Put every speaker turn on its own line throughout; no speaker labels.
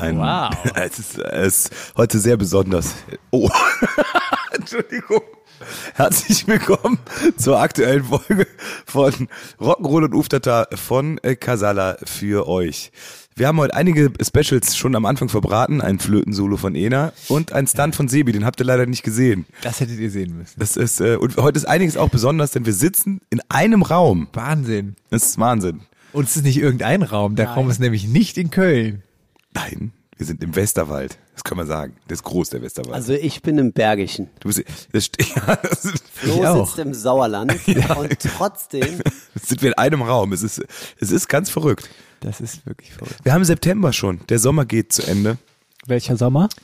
Ähm,
Wow.
Es ist, es ist heute sehr besonders. Oh, Entschuldigung. Herzlich willkommen zur aktuellen Folge von Rock'n'Roll und Uftata von äh, Casala für euch. Wir haben heute einige Specials schon am Anfang verbraten. Ein Flötensolo von Ena und ein Stunt von Sebi, den habt ihr leider nicht gesehen.
Das hättet ihr sehen müssen.
Das ist, äh, und heute ist einiges auch besonders, denn wir sitzen in einem Raum.
Wahnsinn.
Das ist Wahnsinn.
Und es ist nicht irgendein Raum. Der Raum ist nämlich nicht in Köln.
Nein, wir sind im Westerwald. Das kann man sagen. Der ist groß, der Westerwald.
Also ich bin im Bergischen.
Du bist, das, st- ja, das sind,
Flo
auch.
sitzt im Sauerland und trotzdem
das sind wir in einem Raum. Es ist, es ist ganz verrückt.
Das ist wirklich verrückt.
Wir haben September schon. Der Sommer geht zu Ende.
Welcher Sommer?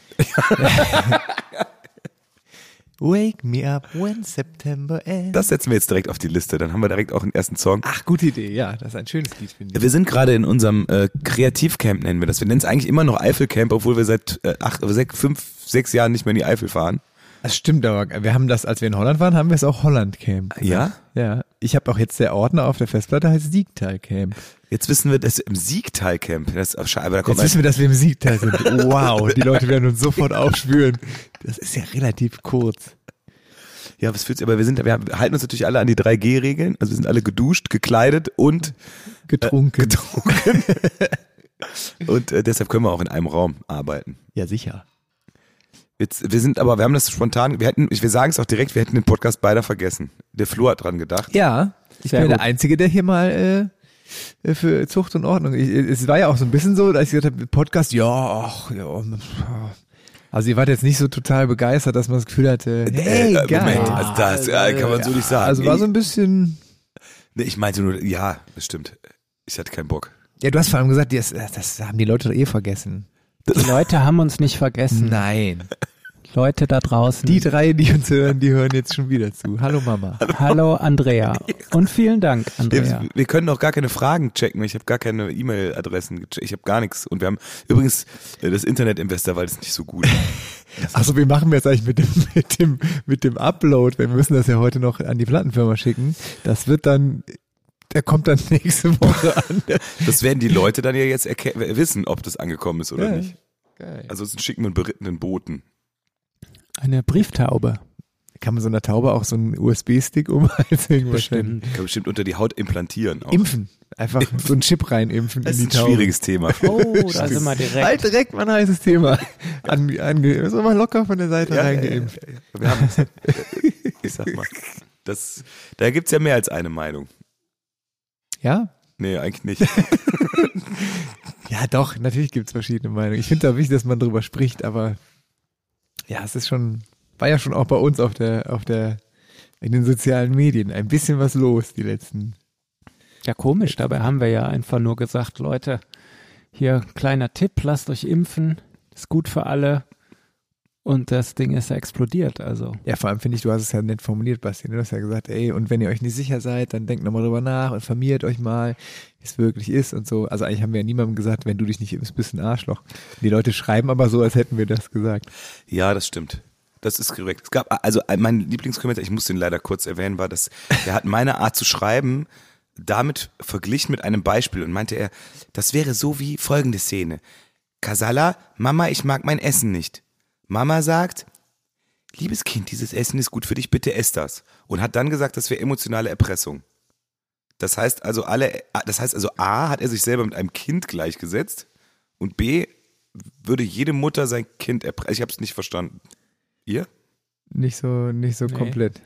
Wake me up when September ends.
Das setzen wir jetzt direkt auf die Liste. Dann haben wir direkt auch den ersten Song.
Ach, gute Idee. Ja, das ist ein schönes Lied, finde ich.
Wir sind gerade in unserem äh, Kreativcamp, nennen wir das. Wir nennen es eigentlich immer noch Eifelcamp, obwohl wir seit äh, acht, sechs, fünf, sechs Jahren nicht mehr in die Eifel fahren.
Das stimmt aber. Wir haben das, als wir in Holland waren, haben wir es auch Holland Camp.
Ja?
Ja. Ich habe auch jetzt der Ordner auf der Festplatte heißt Siegtal Camp.
Jetzt wissen wir, dass im Siegteilcamp, das ist auch scheiße, aber da kommt
Jetzt wissen wir, dass wir im Siegtal sind. Wow, die Leute werden uns sofort aufspüren. Das ist ja relativ kurz.
Ja, was fühlt sich, aber wir sind, wir halten uns natürlich alle an die 3G-Regeln. Also wir sind alle geduscht, gekleidet und
Getrunken.
getrunken. und äh, deshalb können wir auch in einem Raum arbeiten.
ja, sicher.
Jetzt, wir sind aber, wir haben das spontan, wir hätten, ich- wir sagen es auch direkt, wir hätten den Podcast beider vergessen. Der Flo hat dran gedacht.
Ja, ich
Sehr
bin
gut.
der Einzige, der hier mal äh, äh, für Zucht und Ordnung. Ich, äh, es war ja auch so ein bisschen so, als ich gesagt habe, Podcast, ja, ach, ja. mm, ah. Also ihr wart jetzt nicht so total begeistert, dass man das Gefühl hatte, hey,
äh,
geil.
Moment, also das äh, kann man so nicht sagen.
Also war so ein bisschen.
ich, nee, ich meinte nur, ja, das stimmt. Ich hatte keinen Bock.
Ja, du hast vor allem gesagt, das, das haben die Leute doch eh vergessen.
Die Leute haben uns nicht vergessen.
Nein.
Leute da draußen.
Die drei, die uns hören, die hören jetzt schon wieder zu. Hallo Mama.
Hallo Andrea. Und vielen Dank,
Wir,
Andrea.
wir können auch gar keine Fragen checken. Ich habe gar keine E-Mail-Adressen gecheckt. Ich habe gar nichts. Und wir haben übrigens äh, das Internet im Westerwald ist nicht so gut.
Also wie machen wir jetzt eigentlich mit dem, mit dem, mit dem Upload? Weil wir müssen das ja heute noch an die Plattenfirma schicken. Das wird dann, der kommt dann nächste Woche an.
Das werden die Leute dann ja jetzt erke- wissen, ob das angekommen ist oder
Ja.
nicht. Also
Geil.
Ansonsten schicken wir einen berittenen Boten.
Eine Brieftaube.
Kann man so einer Taube auch so einen USB-Stick umhalten?
Bestimmt.
Kann bestimmt unter die Haut implantieren. Auch.
Impfen. Einfach so einen Chip reinimpfen
das
in
ist
die
ein
Taube.
schwieriges Thema.
Oh, da sind wir direkt.
Halt direkt mal ein heißes Thema. An, ange, ist immer locker von der Seite reingeimpft.
Wir haben es. Ich sag mal. Das, da gibt's ja mehr als eine Meinung.
Ja?
Nee, eigentlich nicht.
Ja, doch, natürlich gibt's verschiedene Meinungen. Ich finde da wichtig, dass man drüber spricht, aber ja, es ist schon, war ja schon auch bei uns auf der, auf der, in den sozialen Medien ein bisschen was los, die letzten.
Ja, komisch. Dabei haben wir ja einfach nur gesagt, Leute, hier kleiner Tipp, lasst euch impfen. Ist gut für alle. Und das Ding ist ja explodiert. Also
Ja, vor allem finde ich, du hast es ja nett formuliert, Basti. ne? Du hast ja gesagt, ey, und wenn ihr euch nicht sicher seid, dann denkt nochmal drüber nach, informiert euch mal, wie es wirklich ist und so. Also eigentlich haben wir ja niemandem gesagt, wenn du dich nicht impfst, bist du ein Arschloch. Die Leute schreiben aber so, als hätten wir das gesagt.
Ja, das stimmt. Das ist korrekt. Es gab, also äh, mein Lieblingskommentar, ich muss den leider kurz erwähnen, war, dass er hat meine Art zu schreiben damit verglichen mit einem Beispiel und meinte er, das wäre so wie folgende Szene. Kasala, Mama, ich mag mein Essen nicht. Mama sagt, liebes Kind, dieses Essen ist gut für dich, bitte ess das. Und hat dann gesagt, das wäre emotionale Erpressung. Das heißt also alle, das heißt also A, hat er sich selber mit einem Kind gleichgesetzt und B, würde jede Mutter sein Kind erpressen. Ich habe es nicht verstanden. Ihr?
Nicht so, nicht so
Nee.
komplett.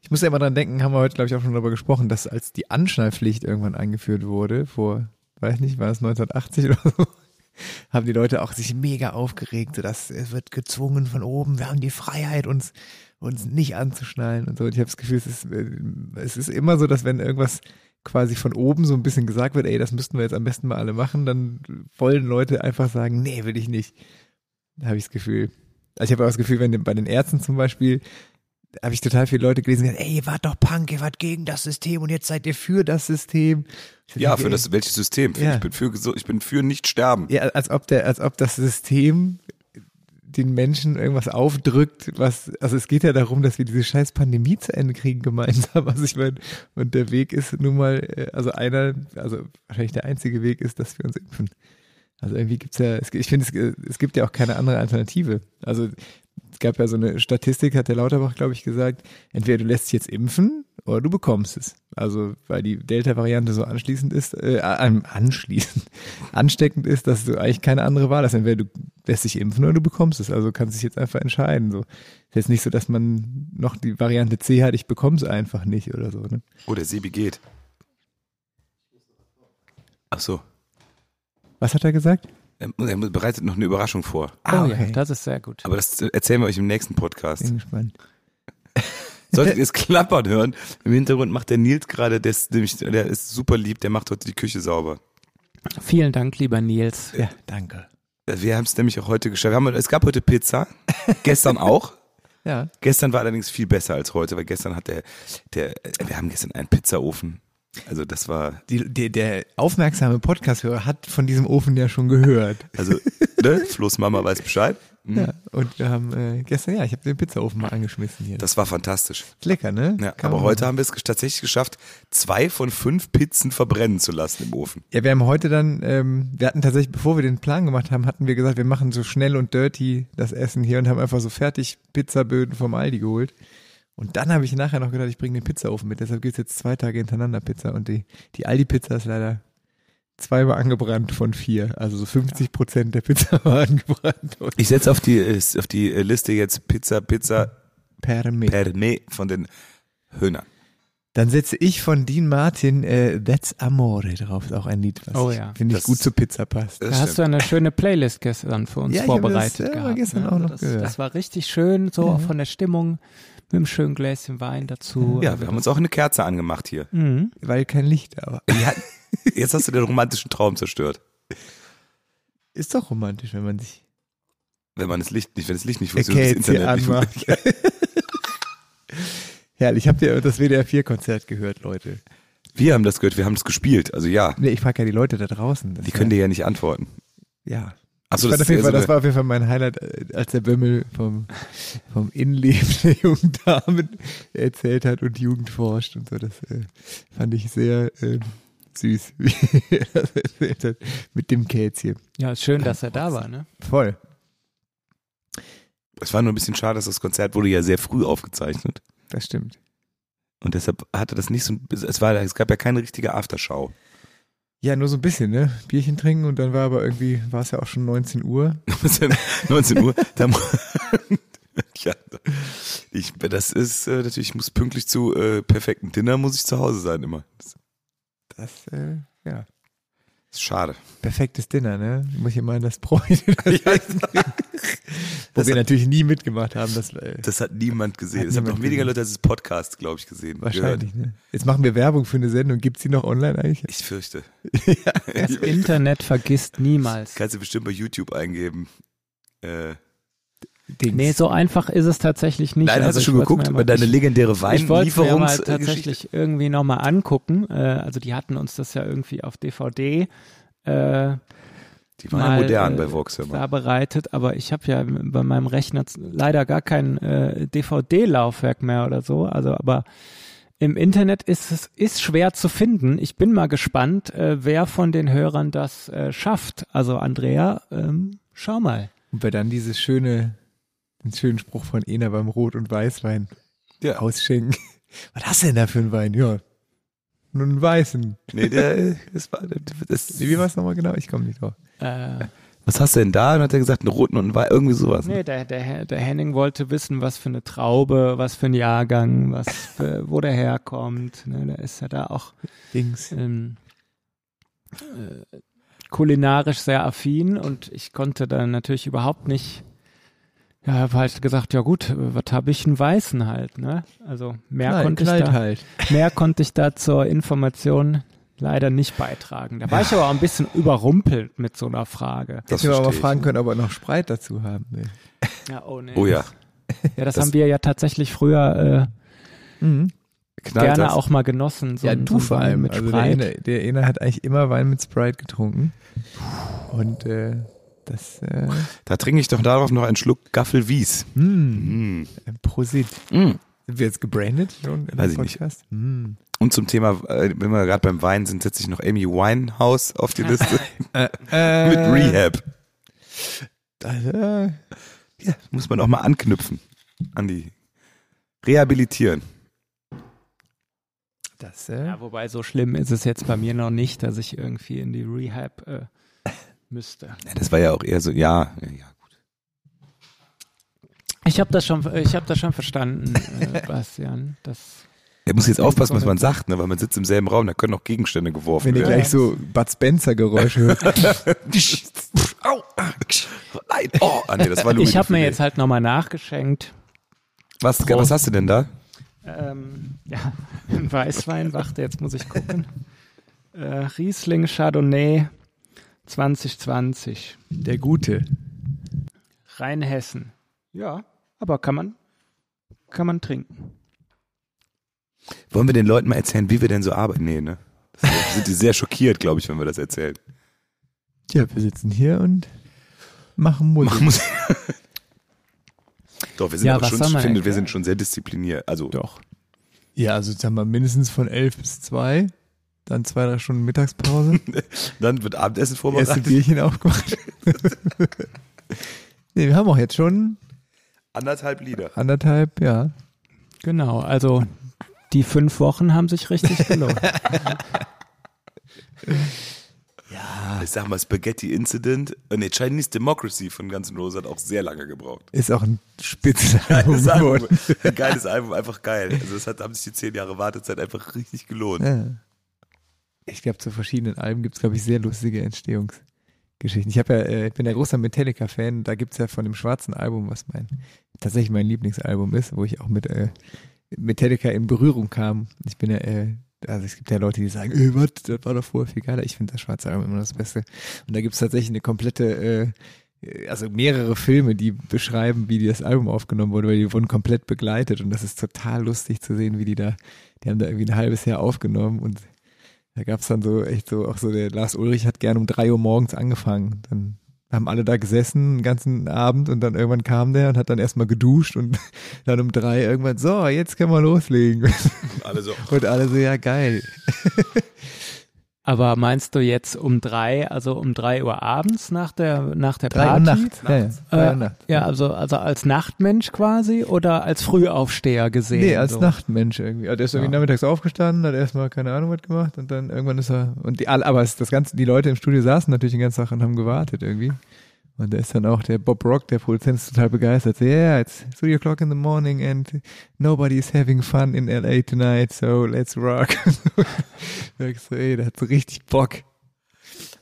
Ich muss ja immer dran denken, haben wir heute, glaube ich, auch schon darüber gesprochen, dass als die Anschnallpflicht irgendwann eingeführt wurde, vor, weiß nicht, war es 1980 oder so, haben die Leute auch sich mega aufgeregt, so dass es wird gezwungen von oben, wir haben die Freiheit, uns, uns nicht anzuschnallen und so. Und ich habe das Gefühl, es ist, äh, es ist immer so, dass wenn irgendwas quasi von oben so ein bisschen gesagt wird, ey, das müssten wir jetzt am besten mal alle machen, dann wollen Leute einfach sagen, nee, will ich nicht. Habe ich das Gefühl. Also ich habe auch das Gefühl, wenn bei den Ärzten zum Beispiel, habe ich total viele Leute gelesen, die sagen, ey, ihr wart doch Punk, ihr wart gegen das System und jetzt seid ihr für das System. Ich
Ja,
denke,
für
ey,
das welches System?
Ja.
Ich bin für gesund- ich bin für nicht sterben.
Ja, als ob der, als ob das System den Menschen irgendwas aufdrückt, was, also es geht ja darum, dass wir diese scheiß Pandemie zu Ende kriegen gemeinsam. Also ich meine, und der Weg ist nun mal, äh, also einer, also wahrscheinlich der einzige Weg ist, dass wir uns impfen. Also irgendwie gibt's ja, es, ich finde, es, es gibt ja auch keine andere Alternative. Also es gab ja so eine Statistik, hat der Lauterbach, glaube ich, gesagt, entweder du lässt dich jetzt impfen oder du bekommst es. Also weil die Delta-Variante so anschließend ist, äh, an- anschließend, ansteckend ist, dass du eigentlich keine andere Wahl hast. Entweder du lässt dich impfen oder du bekommst es. Also kannst dich jetzt einfach entscheiden. So. Ist jetzt nicht so, dass man noch die Variante C hat, ich bekomm's einfach nicht oder so. Ne?
Oh, der Sebi geht. Ach so.
Was hat er gesagt?
Er er bereitet noch eine Überraschung vor.
Ah,
oh
okay.
ja, das ist sehr gut.
Aber das erzählen wir euch im nächsten Podcast.
Bin gespannt.
Solltet ihr es klappern hören, im Hintergrund macht der Nils gerade, der ist, nämlich, der ist super lieb, der macht heute die Küche sauber.
Vielen Dank, lieber Nils.
Ja, danke.
Äh, Wir haben es nämlich auch heute geschafft. Wir haben, es gab heute Pizza, gestern auch.
Ja.
Gestern war allerdings viel besser als heute, weil gestern hat der, der äh, wir haben gestern einen Pizzaofen. Also das war,
Die, die, der aufmerksame Podcast-Hörer hat von diesem Ofen ja schon gehört.
also, ne, Flo's Mama weiß Bescheid. Mhm.
Ja, und wir haben äh, gestern, ja, ich habe den Pizzaofen mal angeschmissen hier. Das
Das war fantastisch.
ist lecker, ne?
Ja,
Kann
aber
man
heute
machen.
haben wir es gesch- tatsächlich geschafft, zwei von fünf Pizzen verbrennen zu lassen im Ofen.
Ja, wir haben heute dann, ähm, wir hatten tatsächlich, bevor wir den Plan gemacht haben, hatten wir gesagt, wir machen so schnell und dirty das Essen hier und haben einfach so fertig Pizzaböden vom Aldi geholt. Und dann habe ich nachher noch gedacht, ich bringe den Pizzaofen mit. Deshalb gibt's jetzt zwei Tage hintereinander Pizza. Und die, die Aldi-Pizza ist leider zweimal angebrannt von vier. Also so 50 Prozent der Pizza war angebrannt. Und
Ich setze auf die, äh, auf die äh, Liste jetzt Pizza, Pizza,
per me.
per me von den Höhnern.
Dann setze ich von Dean Martin äh, That's Amore drauf. Ist auch ein Lied, was
Oh
ich-
ja.
finde ich
Das-
gut zur Pizza passt.
Das
Da hast du
stimmt.
eine schöne Playlist gestern für uns
Ja, ich habe
vorbereitet
das, äh,
gehabt.
gestern
ne?
auch noch
das,
gehört.
das war richtig schön, so
Mhm.
auch von der Stimmung, mit einem schönen Gläschen Wein dazu. Also,
ja, wir haben uns auch eine Kerze angemacht hier.
Mhm.
Weil kein Licht da war.
Ja, jetzt hast du den romantischen Traum zerstört.
Ist doch romantisch, wenn man sich
Wenn man das Licht nicht, wenn das Licht nicht funktioniert, das
Kerze
Internet nicht funktioniert.
anmacht. Herrlich, habt ihr das WDR4-Konzert gehört, Leute?
Wir haben das gehört, wir haben das gespielt. Also ja,
Nee, ich frage ja die Leute da draußen. Das
die können
war,
dir ja nicht antworten.
ja.
Achso,
das, war auf jeden
eher
Fall, das
so eine-
war auf jeden Fall mein Highlight, äh, als der Bömmel vom, vom Innenleben der jungen Damen erzählt hat und Jugend forscht und so. Das äh, fand ich sehr äh, süß, wie er das erzählt hat mit dem Kätzchen.
Ja, ist schön, dass er da war, ne?
Voll.
es war nur ein bisschen schade, dass das Konzert wurde ja sehr früh aufgezeichnet.
Das stimmt.
Und deshalb hatte das nicht so ein, es war, es gab ja keine richtige Aftershow.
Ja, nur so ein bisschen, ne? Bierchen trinken und dann war aber irgendwie, war es ja auch schon 19 Uhr.
19 Um Uhr, da mu- ja, ich, das ist äh, natürlich, ich muss pünktlich zu äh, perfekten Dinner muss ich zu Hause sein immer. Das
Das, äh, ja.
ist schade.
Perfektes Dinner, ne? Muss ich meinen, das Bräute. Wo
Das
wir
hat-
natürlich nie mitgemacht haben, das äh,
Das hat niemand gesehen.
Hat
das haben
niemand
noch weniger
gesehen.
Leute als das Podcast, glaube ich, gesehen. Gehört.
wahrscheinlich, ne? Jetzt machen wir Werbung für eine Sendung. Gibt's die noch online eigentlich?
Ich fürchte.
Das Internet vergisst niemals.
Kannst du bestimmt bei YouTube eingeben. Äh,
Dings.
Nee, so einfach ist es tatsächlich nicht.
nein, hast
Also
du
ich
schon
wollt's
geguckt
mir
über
mal-
deine legendäre
Ich wollte mir mal
Weinlieferungs Geschichte?
tatsächlich irgendwie nochmal angucken. Äh, also die hatten uns das ja irgendwie auf DVD äh,
Die waren ja
mal,
modern
äh,
bei Vox, hör mal.
bereitet, aber ich habe ja m- bei meinem Rechner z- leider gar kein äh, DVD-Laufwerk mehr oder so. Also, aber im Internet ist es ist schwer zu finden. Ich bin mal gespannt, äh, wer von den Hörern das äh, schafft. Also Andrea, ähm, schau mal.
Und wir dann dieses schöne, den schönen Spruch von Ena beim Rot- und Weißwein
Ja.
ausschenken. Was hast du denn da für einen Wein? Ja. Nur einen weißen.
Nee, der, das war, das,
Wie war es nochmal genau? Ich komme nicht drauf.
Äh,
was hast du denn da? Und hat er gesagt, einen roten und einen weißen, irgendwie sowas.
nee,
Ne?
der, der, der Henning wollte wissen, was für eine Traube, was für ein Jahrgang, was für, wo der herkommt. Ne, da ist ja da auch
Dings.
ähm, äh, kulinarisch sehr affin und ich konnte dann natürlich überhaupt nicht. Ja, habe halt gesagt, ja gut, äh, was habe ich einen Weißen halt, ne? Also mehr
Knall-
konnte ich
knallt
da,
halt.
mehr konnte ich da zur Information leider nicht beitragen. Da war ich aber auch ein bisschen überrumpelt mit so einer Frage.
Das
Hätten wir aber mal
verstehe ich.
fragen können, ob er noch Spreit dazu haben will.
Ja, oh nee.
Oh ja,
Ja, das,
Das-
haben wir ja tatsächlich früher
Mhm.
äh,
knallt
gerne
das.
auch mal genossen. So
ja,
ein-
du
so ein
vor
Wein
allem.
Mit
also der
Sprite.
Ene, der Ene hat eigentlich immer Wein mit Sprite getrunken. Und äh, das äh,
Da trinke ich doch darauf noch einen Schluck Gaffel Wies.
mh,
Mm.
ein Prosit.
Mm.
Sind wir jetzt gebrandet schon in
Weiß ich
dem Podcast? Hm.
Und zum Thema, äh, wenn wir gerade beim Wein sind, setze ich noch Amy Winehouse auf die Liste
Äh,
mit Rehab.
Alter.
Ja, muss man auch mal anknüpfen an die rehabilitieren.
Das, äh,
Ja, wobei so schlimm ist es jetzt bei mir noch nicht, dass ich irgendwie in die Rehab äh, müsste.
Ja, das war ja auch eher so, ja, ja, ja.
Ich habe das schon, ich habe das schon verstanden, äh, Bastian. Das
Er muss jetzt aufpassen, was man sagt, ne? weil man sitzt im selben Raum, da können auch Gegenstände geworfen
wenn ihr
werden.
gleich so Bud Spencer-Geräusche hört.
Au! Nein! Oh! Ah, nee, das war Louis
ich habe mir
Dufilet.
jetzt halt nochmal nachgeschenkt.
Was, was hast du denn da?
Ähm, ja, ein Weißwein, warte, jetzt muss ich gucken. Äh, Riesling Chardonnay 2020,
Der Gute.
Rheinhessen. Ja, aber kann man, kann man trinken.
Wollen wir den Leuten mal erzählen, wie wir denn so arbeiten? Nee, ne? Das sind die sehr schockiert, glaube ich, wenn wir das erzählen.
Ja, wir sitzen hier und machen Musik.
Machen muss. Doch, wir sind
Ja,
auch
was
schon,
soll
ich
man
finde, wir
erklären?
sind schon sehr diszipliniert. Also,
Doch.
Ja, also sagen wir mindestens von elf bis zwei, dann zwei, drei Stunden Mittagspause,
dann wird Abendessen
erste
vorbereitet.
Bierchen aufgemacht. nee, wir haben auch jetzt schon
Anderthalb Lieder.
anderthalb, ja.
Genau, also die fünf Wochen haben sich richtig gelohnt. Ah.
Ich sag mal, Spaghetti Incident, äh, nee, Chinese Democracy von Guns N' Roses hat auch sehr lange gebraucht.
Ist auch ein spitzes Album
Oh
Geiles Album,
geworden.
Ein geiles Album, einfach geil. Also, das hat, haben sich die zehn Jahre Wartezeit einfach richtig gelohnt.
Ja. Ich glaube, zu verschiedenen Alben gibt es, glaube ich, sehr lustige Entstehungsgeschichten. Ich habe ja, äh, ich bin ja großer Metallica-Fan, da gibt es ja von dem schwarzen Album, was mein tatsächlich mein Lieblingsalbum ist, wo ich auch mit äh, Metallica in Berührung kam. Ich bin ja, äh, also es gibt ja Leute, die sagen, äh, was, das war doch vorher viel geiler. Ich finde das schwarze Album immer das Beste. Und da gibt es tatsächlich eine komplette, äh, äh, also mehrere Filme, die beschreiben, wie das Album aufgenommen wurde, weil die wurden komplett begleitet und das ist total lustig zu sehen, wie die da die haben da irgendwie ein halbes Jahr aufgenommen und da gab's dann so echt so, auch so der Lars Ulrich hat gern um drei Uhr morgens angefangen. Dann haben alle da gesessen den ganzen Abend und dann irgendwann kam der und hat dann erstmal geduscht und dann um drei irgendwann, so, jetzt können wir loslegen.
Alle so,
Und alle so, ja geil.
Aber meinst du jetzt um drei, also um drei Uhr abends nach der, nach der
Drei
Party?
Uhr nachts. Ja, ja. Drei
Äh,
Uhr nachts.
Ja, also, also als Nachtmensch quasi oder als Frühaufsteher gesehen?
Nee, als
so.
Nachtmensch irgendwie. Also der ist irgendwie
Ja.
nachmittags aufgestanden, hat erstmal keine Ahnung was gemacht und dann irgendwann ist er und die alle, aber es, das ganze, die Leute im Studio saßen natürlich den ganzen Tag und haben gewartet irgendwie. Und da ist dann auch der Bob Rock, der Produzent, ist total begeistert. So, yeah, it's three o'clock in the morning and nobody is having fun in LA tonight, so let's rock. Merkst du, ey, der hat so richtig Bock.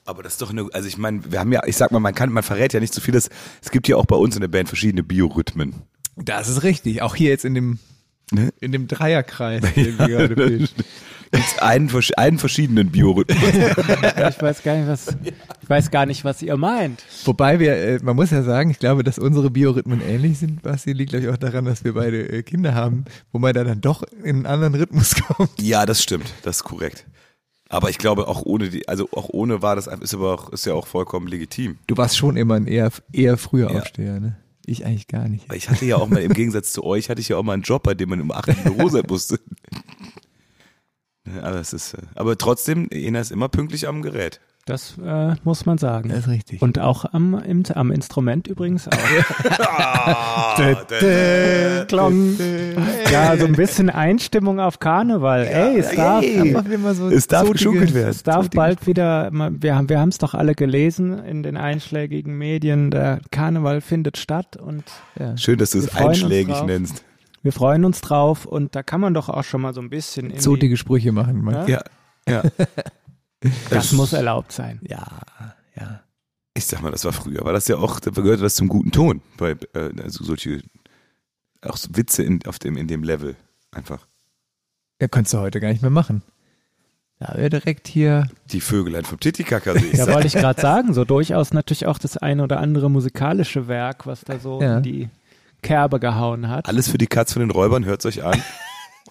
Aber das ist doch eine, also ich meine, wir haben ja, ich sag mal, man kann, man verrät ja nicht so viel, dass, es gibt ja auch bei uns in der Band verschiedene Biorhythmen.
Das ist richtig. Auch hier jetzt in dem,
Ne?
in dem Dreierkreis, den wir gerade bilden.
Gibt's einen, versch- einen verschiedenen Biorhythmus.
Also Ich weiß gar nicht, was, ich weiß gar nicht, was ihr meint.
Wobei wir, äh, man muss ja sagen, ich glaube, dass unsere Biorhythmen ähnlich sind, Basti, liegt glaube ich auch daran, dass wir beide äh, Kinder haben, wo man da dann doch in einen anderen Rhythmus kommt.
ja, das stimmt, das ist korrekt. Aber ich glaube, auch ohne die, also auch ohne war das, ist aber auch, ist ja auch vollkommen legitim.
Du warst schon immer ein eher, eher früher
Ja.
Aufsteher, ne? Ich eigentlich gar nicht.
Ich hatte ja auch mal, im Gegensatz zu euch, hatte ich ja auch mal einen Job, bei dem man um 8 Uhr im Büro sein musste. Ne, Aber es ist, äh, aber trotzdem, Ena ist immer pünktlich am Gerät.
Das äh, muss man sagen.
Das ist richtig.
Und auch am, im, am Instrument übrigens auch. Ah, Äh, Klong.
Äh,
ja, so ein bisschen Einstimmung auf Karneval. Ey, es darf,
Machen wir mal so
Es darf
zotige-
geschunkelt werden.
es darf
Zotige-
bald wieder, mal- wir haben wir es doch alle gelesen in den einschlägigen Medien, der Karneval findet statt und
Ja.
Schön, dass du es
Wir freuen uns
einschlägig
drauf.
nennst.
wir freuen uns drauf und da kann man doch auch schon mal so ein bisschen in die,
Zotige Sprüche machen, man.
Ja?
Ja, ja.
das muss erlaubt sein.
Ja, ja.
Ich sag mal, das war früher, war das ja auch, da gehörte das zum guten Ton, bei äh, also solche auch so Witze in, auf dem, in dem Level einfach.
Ja, könntest du heute gar nicht mehr machen. Da wäre direkt hier.
Die Vögelein vom Titicacasee. Ich
Ja,
sag,
wollte ich gerade sagen, so durchaus natürlich auch das ein oder andere musikalische Werk, was da so
Ja.
in die Kerbe gehauen hat.
alles für die Katz von den Räubern, hört's euch an.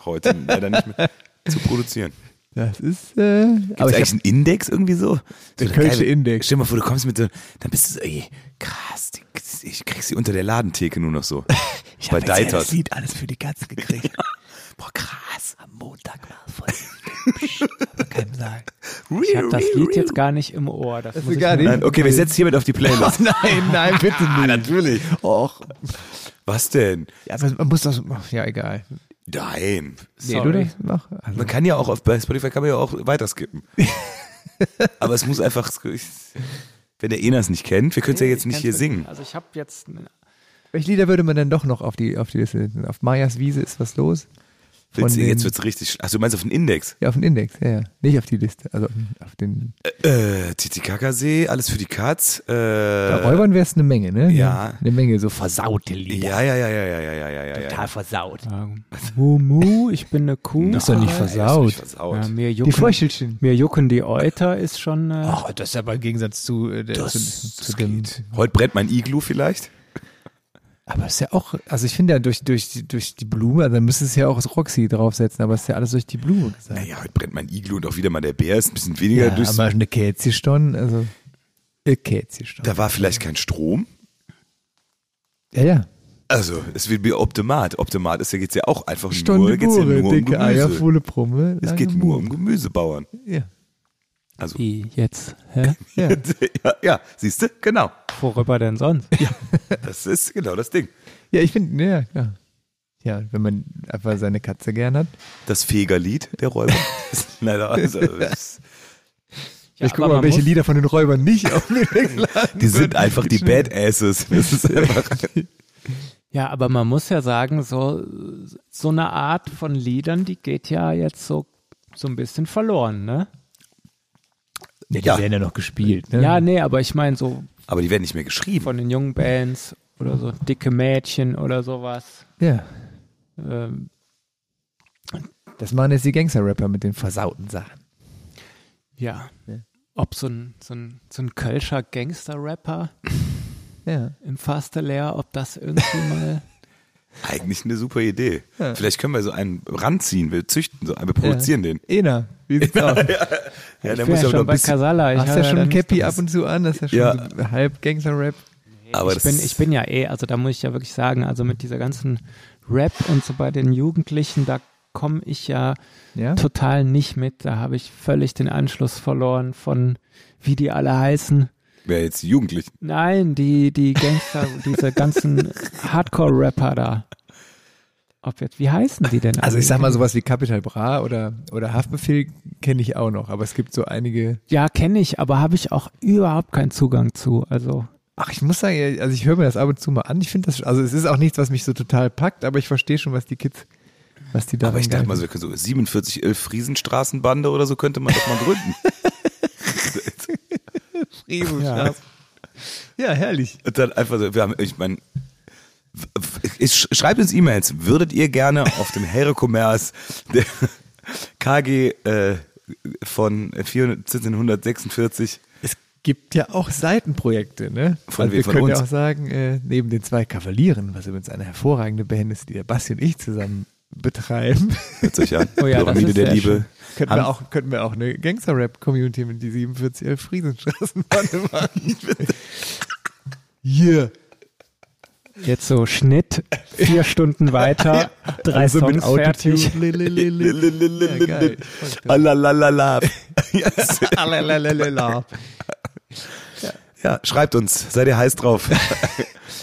Heute leider nicht mehr zu produzieren.
Das ist, äh,
Ist
aber ich
eigentlich
hab,
einen Index irgendwie so? so
Der Kölsche Index.
Stell dir mal vor, du kommst mit so, dann bist du so, ey, krass, die, ich krieg sie unter der Ladentheke nur noch so.
ich
bei
hab jetzt ja
Deitert.
das Lied alles für die Katze gekriegt. sein.
Ich habe das Lied jetzt gar nicht im Ohr. Das, muss ich
egal,
mir-
den-
Nein, okay, wir setzen hiermit auf die Playlist.
Nein, nein, bitte
Ah,
nicht. natürlich. Och,
Was denn?
ja, man man muss das, ach, ja, egal.
Nein.
Nee,
Sorry.
du das mach. Also,
Man kann ja auch auf bei Spotify kann man ja auch weiterskippen. Aber es muss einfach, wenn der Enas nicht kennt, wir können es ja jetzt
Ich
nicht
kann's
hier
vergessen.
singen.
Also ich habe jetzt
welche Lieder würde man denn doch noch auf die, auf die Liste setzen? Auf Mayas Wiese ist was los? Von
Willst du,
den-
jetzt wird's richtig. sch- Ach, du meinst auf den Index?
Ja, auf den Index, ja, ja. Nicht auf die Liste, also auf den, auf den
Äh, Titicacasee, alles für die Katz. Äh,
bei Räubern wäre es eine Menge, ne?
ja.
Eine Menge so versaute Lieder.
ja, ja, ja, ja, ja, ja, ja, ja, ja, ja.
Total versaut.
Mu Mu, ich bin eine Kuh.
Hm. Ist doch nicht versaut.
Ich versaut.
Ja, mir,
Die
jucken,
Feuchtelchen.
mir jucken die Euter ist schon. Äh,
Ach, das ist aber im Gegensatz zu, äh, der, zu, zu dem.
Heute brennt mein Iglu vielleicht.
Aber es ist ja auch, also ich finde ja durch, durch, die- durch die Blume, also dann müsste es ja auch das Roxy draufsetzen, aber es ist ja alles durch die Blume gesagt.
Naja, heute brennt mein Iglu und auch wieder mal der Bär ist ein bisschen weniger durchs.
aber eine Kätzchen schon, also eine Kätzchen schon.
Da war vielleicht kein Strom.
Ja, ja.
Also, es wird wie Optimat. Optimat ist ja geht's ja auch einfach nur,
Stunde
geht's ja
Bure,
nur um
dicke Eier,
Gemüse.
volle Brumme.
Es geht nur um Gemüsebauern.
Ja,
Also,
die jetzt. Hä?
ja.
ja, ja siehst du? Genau.
Worüber denn sonst?
Das ist genau das Ding.
ja ich finde, ja, klar. Ja, wenn man einfach seine Katze gern hat.
Das Fegerlied der Räuber. Das ist leider also, das,
Ja,
ich gucke
aber
mal,
man
welche
muss-
Lieder von den Räubern nicht auf den Wegladen.
Die sind einfach die Badasses. Das ist einfach.
Ja, aber man muss ja sagen, so, so eine Art von Liedern, die geht ja jetzt so, so ein bisschen verloren, ne?
Ja, die
Ja.
werden ja noch gespielt, ne?
Ja, nee, aber ich meine so
Aber die werden nicht mehr geschrieben.
von den jungen Bands oder so dicke Mädchen oder sowas.
ja.
Ähm,
Das machen jetzt die Gangster-Rapper mit den versauten Sachen.
ja.
Ja.
Ob so ein, so ein, so ein Kölscher Gangster-Rapper
Ja.
im Fasteleer, ob das irgendwie mal.
Eigentlich eine super Idee.
Ja.
Vielleicht können wir so einen ranziehen. Wir züchten so einen, wir produzieren den.
Ena, wie sieht's aus?
Ja,
ich bin ja schon bei Casala. Ich
Hast
habe
ja schon
dann-
ein Cappy ab und zu an, das ist ja
Ja.
schon so halb Gangster-Rap.
aber das
ich, bin, ich bin ja eh, also da muss ich ja wirklich sagen, also mit dieser ganzen Rap und so bei den Jugendlichen, da komme ich ja
Ja?
total nicht mit. Da habe ich völlig den Anschluss verloren von, wie die alle heißen.
Wer jetzt die Jugendlichen.
Nein, die, die Gangster, diese ganzen Hardcore-Rapper da. Ob jetzt, wie heißen die denn?
Also ich
alle?
sag mal sowas wie Capital Bra oder, oder Haftbefehl kenne ich auch noch, aber es gibt so einige.
Ja, kenne ich, aber habe ich auch überhaupt keinen Zugang zu. Also,
Ach, ich muss sagen, also ich höre mir das ab und zu mal an. Ich finde das, also es ist auch nichts, was mich so total packt, aber ich verstehe schon, was die Kids, was die da.
Aber ich dachte mal, so, wir können so 47 11 Friesenstraßenbande oder so könnte man doch mal gründen.
ja. ja, herrlich.
Und dann einfach so, wir haben, ich meine, w- w- ich- schreibt uns E-Mails. Würdet ihr gerne auf dem Herrekommers der KG äh, von 400 1746
Es gibt ja auch Seitenprojekte, ne?
Von wem?
also wir
Von
können ja
uns?
auch sagen, äh, neben den zwei Kavalieren, was übrigens eine hervorragende Band ist, die der Basti und ich zusammen betreiben,
hört sich an,
Oh ja, das
Pyramide
ist
der
sehr
Liebe.
könnten
Haben-
wir auch, könnten wir auch eine Gangster-Rap-Community mit die 4711 Friesenstraßenbande machen. Yeah.
jetzt so Schnitt, vier Stunden weiter, drei
Also
Songs
mit Autotune.
fertig.
Lelelele. Ja, geil. Ich folg dir.
Alalalala. Yes.
Alalalala.
Ja, schreibt uns, seid ihr heiß drauf.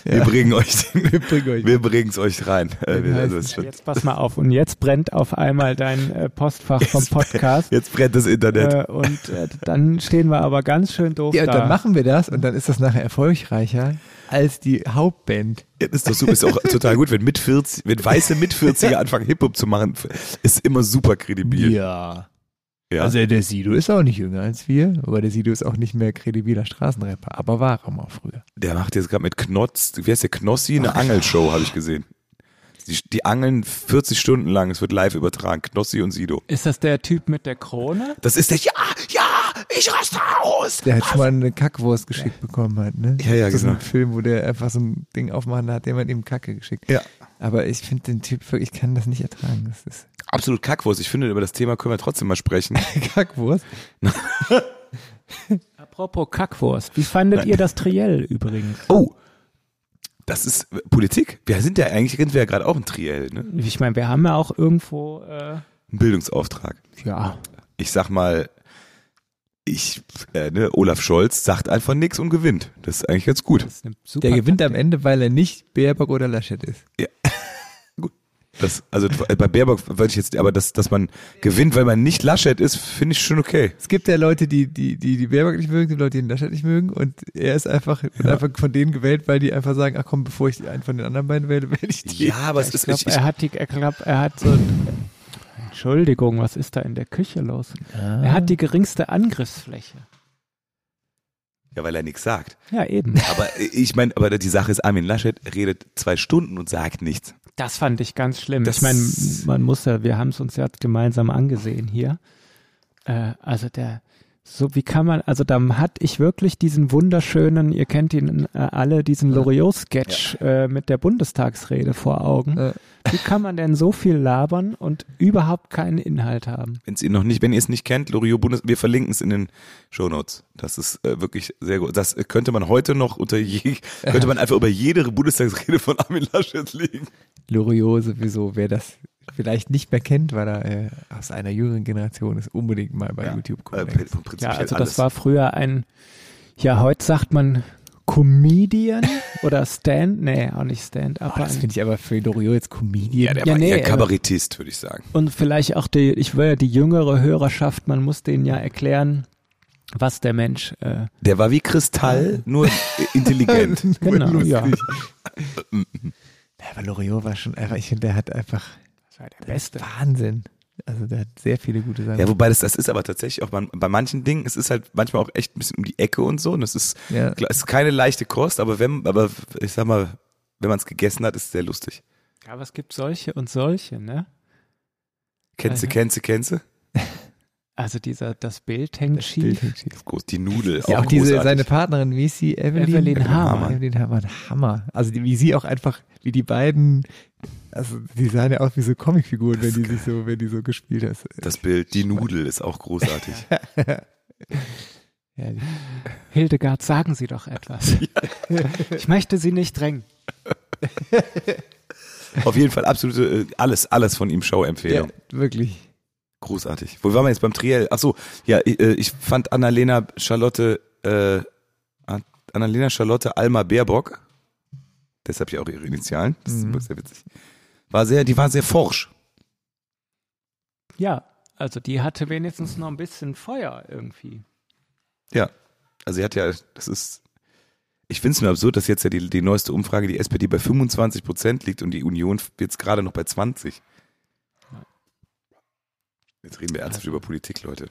Wir bringen euch,
Wir bringen euch-
wir bringen's euch rein. Äh, wir- also,
heißen-
es ist schon-
Jetzt pass mal auf. Und jetzt brennt auf einmal dein äh, Postfach vom Podcast.
Jetzt brennt das Internet.
Äh, und äh, dann stehen wir aber ganz schön doof
Ja,
da.
dann machen wir das und dann ist das nachher erfolgreicher als die Hauptband.
Ja, ist doch super, ist auch total gut, wenn mit 40, wenn weiße mit 40er anfangen Hip-Hop zu machen, ist immer super kredibil.
Ja.
Ja.
Also der Sido ist auch nicht jünger als wir, aber der Sido ist auch nicht mehr kredibiler Straßenrapper, aber war er mal früher.
Der macht jetzt gerade mit Knotz, wie heißt der Knossi, eine Angelshow, habe ich gesehen. Die, die angeln 40 Stunden lang, es wird live übertragen, Knossi und Sido.
Ist das der Typ mit der Krone?
Das ist der, ja, ja, ich raste aus.
Der hat schon mal eine Kackwurst geschickt bekommen hat, ne?
Ja, ja,
das ist
genau.
ein Film, wo der einfach so ein Ding aufmachen hat, dem hat ihm Kacke geschickt.
Ja.
Aber ich finde den Typ wirklich, ich kann das nicht ertragen. Das ist
Absolut Kackwurst. Ich finde, über das Thema können wir trotzdem mal sprechen.
Kackwurst.
Apropos Kackwurst, wie fandet ihr das Triell übrigens?
Oh, das ist Politik. Wir sind ja eigentlich, sind wir ja gerade auch ein Triell, ne?
Ich meine, wir haben ja auch irgendwo, äh,
Ein Bildungsauftrag.
ja,
Ich sag mal, ich, äh, ne, Olaf Scholz sagt einfach nichts und gewinnt. Das ist eigentlich ganz gut.
Das ist eine super
Der gewinnt am
Taktik.
Ende, weil er nicht Baerbock oder Laschet ist.
Das, also äh, bei Baerbock weiß ich jetzt, aber dass, dass man gewinnt, weil man nicht Laschet ist, finde ich schon okay.
Es gibt ja Leute, die die, die, die Baerbock nicht mögen, die Leute, die den Laschet nicht mögen. Und er ist einfach, wird einfach von denen gewählt, weil die einfach sagen, ach komm, bevor ich einen von den anderen beiden wähle, wähle ich die.
aber
Ich glaub, er hat die, er, glaub, er hat so. Entschuldigung, was ist da in der Küche los? Er hat die geringste Angriffsfläche.
ja, weil er nichts sagt.
Ja, eben.
Aber äh, ich meine, aber die Sache ist, Armin Laschet redet zwei Stunden und sagt nichts.
Das fand ich ganz schlimm.
Das-
ich meine, man muss ja, wir haben es uns ja gemeinsam angesehen hier. Äh, also der, so wie kann man, also da hat ich wirklich diesen wunderschönen, ihr kennt ihn äh, alle, diesen Loriot-Sketch äh, mit der Bundestagsrede vor Augen.
Ja.
Wie kann man denn so viel labern und überhaupt keinen Inhalt haben?
Wenn ihr noch nicht, wenn ihr es nicht kennt, Loriot Bundes, wir verlinken es in den Shownotes. Das ist äh, wirklich sehr gut. Das äh, könnte man heute noch unter je, könnte man einfach über jede Bundestagsrede von Armin Laschet legen.
Loriot sowieso, wer das vielleicht nicht mehr kennt, weil er äh, aus einer jüngeren Generation ist, unbedingt mal bei YouTube
äh,
gucken.
prin-
Ja,
prinzipiell
also
alles.
das war früher ein, ja, heute sagt man Comedian oder Stand, nee, auch nicht Stand,
Oh,
aber
das
ein
finde ich aber für Loriot jetzt Comedian.
der
ja,
war
nee,
eher
aber-
Kabarettist, würde ich sagen.
Und vielleicht auch die, ich will ja die jüngere Hörerschaft, man muss denen ja erklären, was der Mensch, äh,
Der war wie Kristall, nur intelligent.
genau, ja.
Ja, aber Loriot war schon einfach, ich finde, der hat einfach
Das war der
Beste.
Beste.
Wahnsinn. Also der hat sehr viele gute Sachen.
Ja, wobei das, das ist aber tatsächlich auch bei, bei manchen Dingen, es ist halt manchmal auch echt ein bisschen um die Ecke und so. Und es ist,
Ja.
klar, es ist keine leichte Kost, aber wenn, aber ich sag mal, wenn man es gegessen hat, ist es sehr lustig.
Aber es gibt solche und solche, ne?
Kennst du,
Mhm.
kennst du, kennst du?
Also dieser, das Bild hängt
Das Bild
schief.
hängt schief.
Ist Groß, die Nudel.
Ja,
auch
auch diese,
großartig.
seine Partnerin, wie ist sie? Evelyn,
Evelyn Hamann.
Hammer. Evelyn Hammer, Hammer. Also die, wie sie auch einfach, wie die beiden, also die sahen ja aus wie so Comicfiguren, wenn die sich so, wenn die so gespielt hast.
Das Bild, die Nudel ist auch großartig.
Ja, die-
Hildegard, sagen Sie doch etwas. Ich möchte Sie nicht drängen.
Auf jeden Fall absolute, äh, alles, alles von ihm
ja,
Show-Empfehlung.
wirklich.
Großartig. Wo waren wir jetzt beim Triell? Ach so, ja, ich, äh, ich fand Annalena Charlotte, äh, An- Annalena Charlotte Alma Baerbock, deshalb ja auch ihre Initialen, das
Mhm.
ist sehr witzig, war sehr, die war sehr forsch.
Ja, also die hatte wenigstens noch ein bisschen Feuer irgendwie.
Ja, also sie hat ja, das ist, ich finde es nur absurd, dass jetzt ja die, die neueste Umfrage, die SPD bei 25 Prozent liegt und die Union jetzt gerade noch bei 20. Jetzt reden wir ernsthaft über Politik, Leute.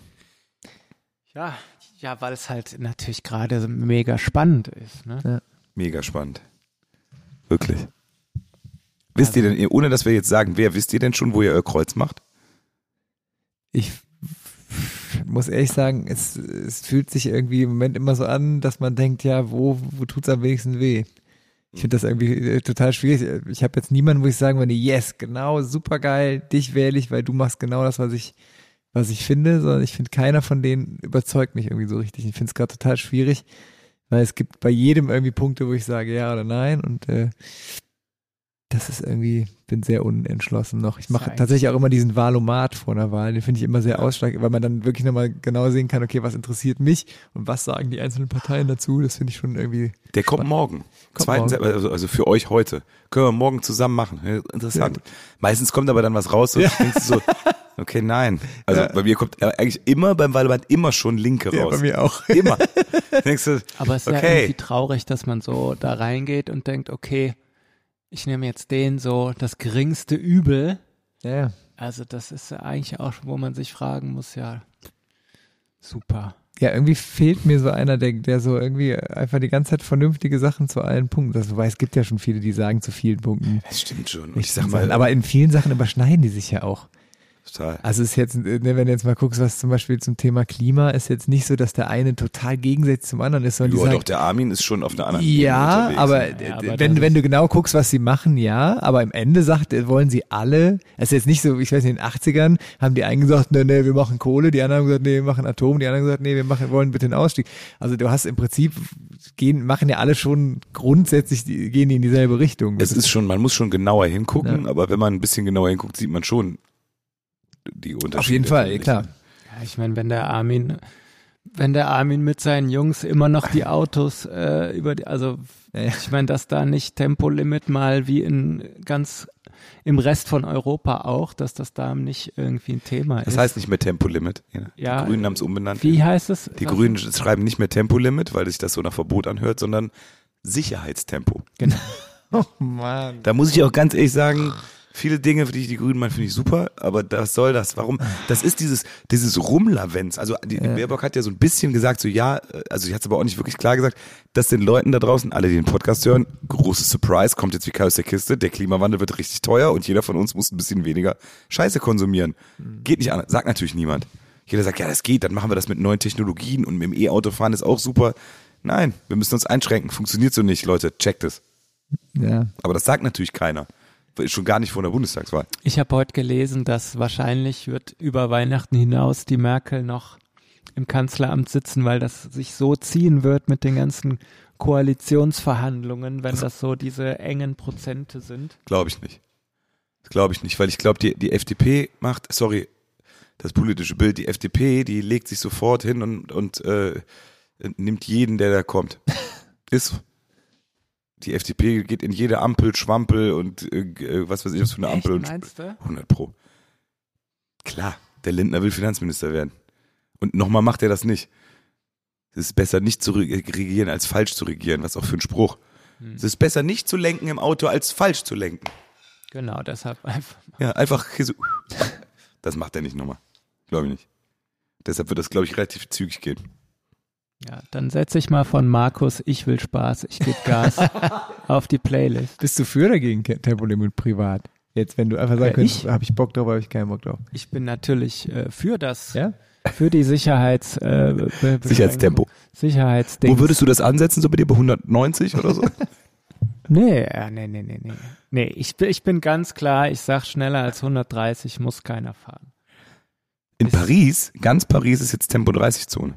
Ja, ja, weil es halt natürlich gerade mega spannend ist, ne?
Mega spannend. Wirklich. Wisst
Also-
ihr denn, ohne dass wir jetzt sagen, wer, wisst ihr denn schon, wo ihr euer Kreuz macht?
Ich muss ehrlich sagen, es, es fühlt sich irgendwie im Moment immer so an, dass man denkt, ja, wo, wo tut's am wenigsten weh? Ich finde das irgendwie äh, total schwierig. Ich habe jetzt niemanden, wo ich sagen würde, yes, genau, super geil, dich wähle ich, weil du machst genau das, was ich, was ich finde, sondern ich finde, keiner von denen überzeugt mich irgendwie so richtig. Ich finde es gerade total schwierig, weil es gibt bei jedem irgendwie Punkte, wo ich sage ja oder nein und äh, das ist irgendwie, bin sehr unentschlossen noch. Ich mache
Zeig.
tatsächlich auch immer diesen Wahlomat vor einer Wahl, den finde ich immer sehr ausschlaggebend, weil man dann wirklich nochmal genau sehen kann, okay, was interessiert mich und was sagen die einzelnen Parteien dazu, das finde ich schon irgendwie
Der kommt morgen.
Kommt
Zweiten,
morgen.
Sep- Also, also für euch heute. Können wir morgen zusammen machen. Ja, Interessant. Meistens kommt aber dann was raus und denkst du so, okay, nein. Also bei mir kommt aber eigentlich immer beim Wahlband immer schon Linke
ja,
raus.
bei mir auch.
Immer. denkst du,
Aber es ist ja
Okay.
irgendwie traurig, dass man so da reingeht und denkt, okay, ich nehme jetzt den so das geringste Übel.
Ja, ja.
Also das ist ja eigentlich auch, wo man sich fragen muss, ja, super.
Ja, irgendwie fehlt mir so einer, der, der so irgendwie einfach die ganze Zeit vernünftige Sachen zu allen Punkten. Das wobei es gibt ja schon viele, die sagen zu vielen Punkten.
das stimmt schon. Und ich
nichts
sag
zu
mal,
sagen. aber in vielen Sachen überschneiden die sich ja auch.
total.
Also ist jetzt, ne, wenn du jetzt mal guckst, was zum Beispiel zum Thema Klima ist jetzt nicht so, dass der eine total Gegensatz zum anderen ist, sondern die
Joa,
sagen,
doch, der Armin ist schon auf einer anderen Ebene
ja,
unterwegs. ne?
aber,
Ja, aber
wenn,
das
wenn
ist-
du genau guckst, was sie machen, ja, aber im Ende sagt, äh, wollen sie alle, es ist jetzt nicht so, ich weiß nicht, in den 80ern haben die einen gesagt, nee, nee, wir machen Kohle, die anderen haben gesagt, nee, wir machen Atom, die anderen haben gesagt, nee, wir machen, wollen bitte einen Ausstieg. Also du hast im Prinzip, gehen, machen ja alle schon grundsätzlich, die, gehen die in dieselbe Richtung.
Es ist schon, man muss schon genauer hingucken, aber wenn man ein bisschen genauer hinguckt, sieht man schon die Unterschiede.
auf jeden Fall,
finde ich.
klar.
Ja, ich meine, wenn der Armin wenn der Armin mit seinen Jungs immer noch die Autos äh, über die, also
Ja, ja.
ich meine, dass da nicht Tempolimit mal wie in ganz im Rest von Europa auch, dass das da nicht irgendwie ein Thema
Das
ist.
heißt nicht mehr Tempolimit. Ja.
Ja.
Die Grünen haben es umbenannt.
wie heißt es?
Die Grünen schreiben nicht mehr Tempolimit, weil sich das so nach Verbot anhört, sondern Sicherheitstempo.
Oh Mann.
Da muss ich auch ganz ehrlich sagen, viele Dinge, für die ich die Grünen meine, finde ich super, aber das soll das. Warum? Das ist dieses, dieses Rumlavenz. Also die, die Baerbock hat ja so ein bisschen gesagt, so ja, äh, also sie hat es aber auch nicht wirklich klar gesagt, dass den Leuten da draußen, alle, die den Podcast hören, großes Surprise, kommt jetzt wie Chaos der Kiste, der Klimawandel wird richtig teuer und jeder von uns muss ein bisschen weniger Scheiße konsumieren. Geht nicht an, sagt natürlich niemand. Jeder sagt, ja, das geht, dann machen wir das mit neuen Technologien und mit dem E-Auto fahren ist auch super. Nein, wir müssen uns einschränken, funktioniert so nicht, Leute, checkt es.
Ja.
Aber das sagt natürlich keiner. Schon gar nicht vor der Bundestagswahl.
Ich habe heute gelesen, dass wahrscheinlich wird über Weihnachten hinaus die Merkel noch im Kanzleramt sitzen, weil das sich so ziehen wird mit den ganzen Koalitionsverhandlungen, wenn
Also
das so diese engen Prozente sind.
Glaube ich nicht. Glaube ich nicht, weil ich glaube, die, die FDP macht, sorry, das politische Bild, die FDP, die legt sich sofort hin und, und äh, nimmt jeden, der da kommt. Ist so. Die FDP geht in jede Ampel, Schwampel und äh, was weiß ich, was für eine Ampel. und
meinst du?
100 Pro. Klar, der Lindner will Finanzminister werden. Und nochmal macht er das nicht. Es ist besser, nicht zu re- äh, regieren, als falsch zu regieren. Was auch für ein Spruch.
Hm.
Es ist besser, nicht zu lenken im Auto, als falsch zu lenken.
Genau, deshalb einfach.
Ja, einfach hier so. Das macht er nicht nochmal. Glaube ich nicht. Deshalb wird das, glaube ich, relativ zügig gehen.
Ja, dann setze ich mal von Markus, ich will Spaß, ich gebe Gas auf die Playlist.
Bist du für oder gegen Ke- Tempolimit privat? Jetzt, wenn du einfach sagen
Ja,
könntest,
ich?
habe Äh, ich Bock drauf, habe ich keinen Bock drauf.
Ich bin natürlich äh, für das,
Ja?
für die Sicherheits, äh, Be- Be-
Sicherheitstempo.
Sicherheitsding.
Wo würdest du das ansetzen? So bei dir bei 190 oder so?
Nee, äh, nee, nee, nee, nee. Nee, ich, bin- ich bin ganz klar, ich sag schneller als 130 muss keiner fahren.
In Paris, ganz Paris ist jetzt Tempo 30 Zone.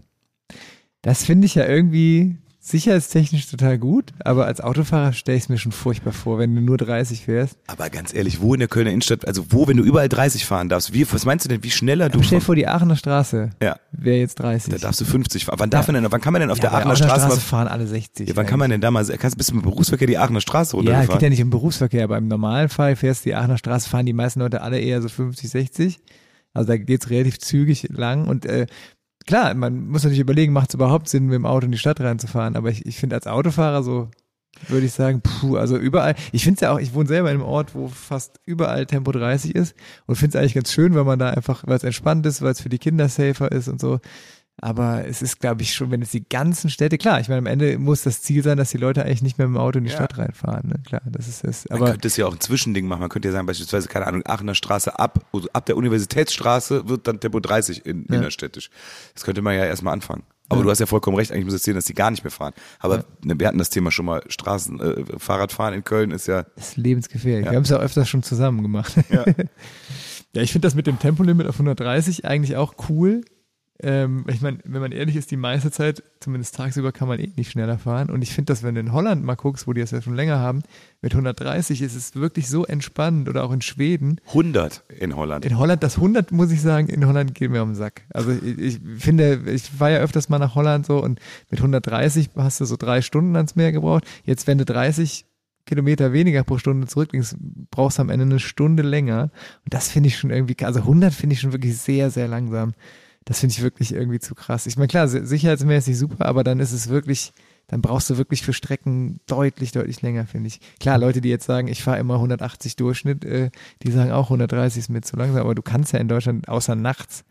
Das finde ich ja irgendwie sicherheitstechnisch total gut, aber als Autofahrer stelle ich es mir schon furchtbar vor, wenn du nur 30 fährst.
Aber ganz ehrlich, wo in der Kölner Innenstadt, also wo, wenn du überall 30 fahren darfst, wie, was meinst du denn, wie schneller du
Stell dir vor, die Aachener Straße
Ja,
wäre jetzt 30.
da darfst du 50 fahren. Wann darf man denn, wann kann man denn auf
Ja,
der
bei
Aachener Straße, mal,
fahren alle 60.
ja, wann kann man denn da mal, kannst, bist du mit Berufsverkehr die Aachener Straße
ja, geht ja
runtergefahren?
nicht im Berufsverkehr, aber im normalen Fall fährst du die Aachener Straße, fahren die meisten Leute alle eher so 50, 60. Also da geht's relativ zügig lang und äh, klar, man muss natürlich überlegen, macht es überhaupt Sinn, mit dem Auto in die Stadt reinzufahren, aber ich, ich finde als Autofahrer so, würde ich sagen, puh, also überall, ich finde es ja auch, ich wohne selber in einem Ort, wo fast überall Tempo 30 ist und finde es eigentlich ganz schön, wenn man da einfach, weil es entspannt ist, weil es für die Kinder safer ist und so. Aber es ist, glaube ich, schon, wenn es die ganzen Städte, klar, ich meine, am Ende muss das Ziel sein, dass die Leute eigentlich nicht mehr mit dem Auto in die Stadt reinfahren. Ne? Klar, das ist das.
man
Aber
könnte es ja auch ein Zwischending machen. Man könnte ja sagen, beispielsweise, keine Ahnung, Aachener Straße ab, also ab der Universitätsstraße wird dann Tempo 30 in, innerstädtisch. Das könnte man ja erstmal anfangen. Aber du hast ja vollkommen recht, eigentlich muss es sehen, dass die gar nicht mehr fahren. Aber ne, wir hatten das Thema schon mal, Straßen, äh, Fahrradfahren in Köln ist ja,
das ist lebensgefährlich. Wir haben es ja öfters schon zusammen gemacht. Ja, ich finde das mit dem Tempolimit auf 130 eigentlich auch cool. Ähm, ich meine, wenn man ehrlich ist, die meiste Zeit, zumindest tagsüber, kann man eh nicht schneller fahren. Und ich finde, dass wenn du in Holland mal guckst, wo die das ja schon länger haben, mit 130 ist es wirklich so entspannend oder auch in Schweden.
100 in Holland.
In Holland, das 100 muss ich sagen, in Holland geht mir um den Sack. Also ich, ich finde, ich war ja öfters mal nach Holland so und mit 130 hast du so drei Stunden ans Meer gebraucht. Jetzt, wenn du 30 Kilometer weniger pro Stunde zurücklegst, brauchst du am Ende eine Stunde länger. Und das finde ich schon irgendwie, also 100 finde ich schon wirklich sehr, sehr langsam. Das finde ich wirklich irgendwie zu krass. Ich meine, klar, si- sicherheitsmäßig super, aber dann ist es wirklich, dann brauchst du wirklich für Strecken deutlich, deutlich länger, finde ich. Klar, Leute, die jetzt sagen, ich fahre immer 180 Durchschnitt, äh, die sagen auch 130 ist mir zu langsam, aber du kannst ja in Deutschland außer nachts